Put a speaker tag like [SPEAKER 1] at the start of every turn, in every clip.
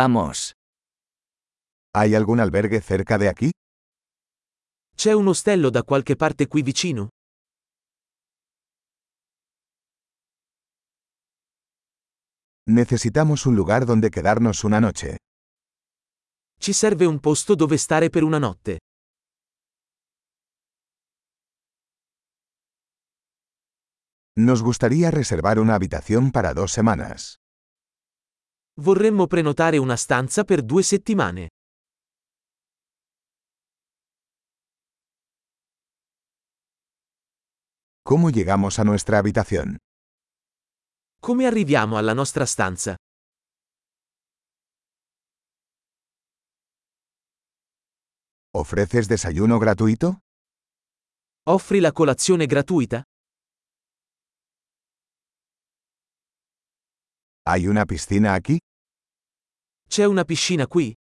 [SPEAKER 1] Vamos.
[SPEAKER 2] ¿Hay algún albergue cerca de aquí?
[SPEAKER 3] C'è un ostello da qualche parte qui vicino?
[SPEAKER 2] Necesitamos un lugar donde quedarnos una noche.
[SPEAKER 3] Ci serve un posto dove stare per una notte.
[SPEAKER 2] Nos gustaría reservar una habitación para dos semanas.
[SPEAKER 3] Vorremmo prenotare una stanza per due settimane.
[SPEAKER 2] ¿Cómo llegamos a nuestra habitación?
[SPEAKER 3] Come arriviamo alla nostra stanza?
[SPEAKER 2] ¿Ofreces desayuno gratuito?
[SPEAKER 3] Offri la colazione gratuita?
[SPEAKER 2] ¿Hay una piscina aquí?
[SPEAKER 3] C'è una piscina qui?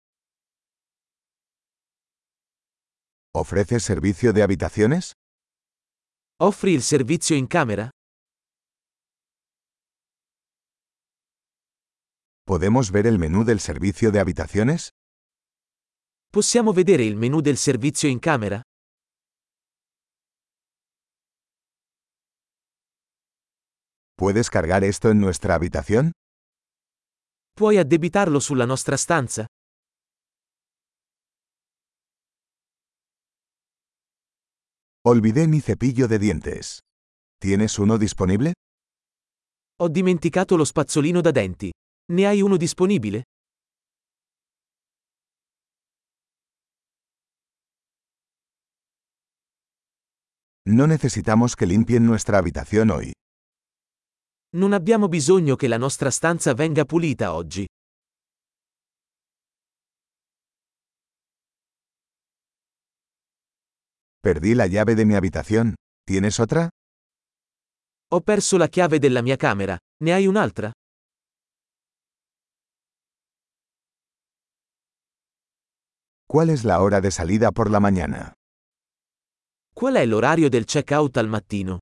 [SPEAKER 2] ¿Ofreces servicio de habitaciones?
[SPEAKER 3] Offri il servizio in camera?
[SPEAKER 2] ¿Podemos ver el menú del servicio de habitaciones?
[SPEAKER 3] Possiamo vedere il menu del servizio in camera?
[SPEAKER 2] ¿Puedes cargar esto en nuestra habitación?
[SPEAKER 3] Puoi addebitarlo sulla nostra stanza?
[SPEAKER 2] Olvidé mi cepillo de dientes. ¿Tienes uno disponible?
[SPEAKER 3] Ho dimenticato lo spazzolino da denti. Ne hai uno disponibile?
[SPEAKER 2] No necesitamos que limpien nuestra habitación hoy.
[SPEAKER 3] Non abbiamo bisogno che la nostra stanza venga pulita oggi.
[SPEAKER 2] Perdí la llave de mi habitación. ¿Tienes otra?
[SPEAKER 3] Ho perso la chiave della mia camera. Ne hai un'altra?
[SPEAKER 2] ¿Cuál es la hora de salida por la mañana?
[SPEAKER 3] Qual è l'orario del check-out al mattino?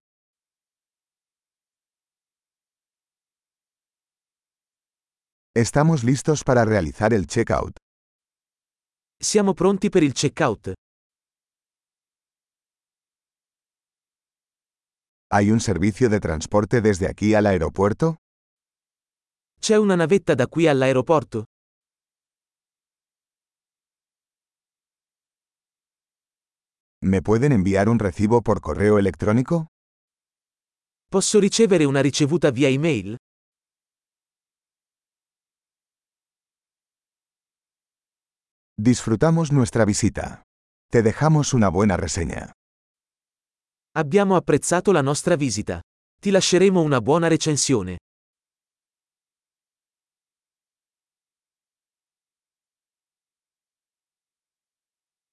[SPEAKER 2] Estamos listos para realizar el checkout.
[SPEAKER 3] Siamo pronti per il check-out.
[SPEAKER 2] ¿Hay un servicio de transporte desde aquí al aeropuerto?
[SPEAKER 3] C'è una navetta da qui all'aeroporto?
[SPEAKER 2] ¿Me pueden enviar un recibo por correo electrónico?
[SPEAKER 3] Posso ricevere una ricevuta via email?
[SPEAKER 2] Disfrutamos nuestra visita. Te dejamos una buena reseña.
[SPEAKER 3] Abbiamo apprezzato la nostra visita. Ti lasceremo una buona recensione.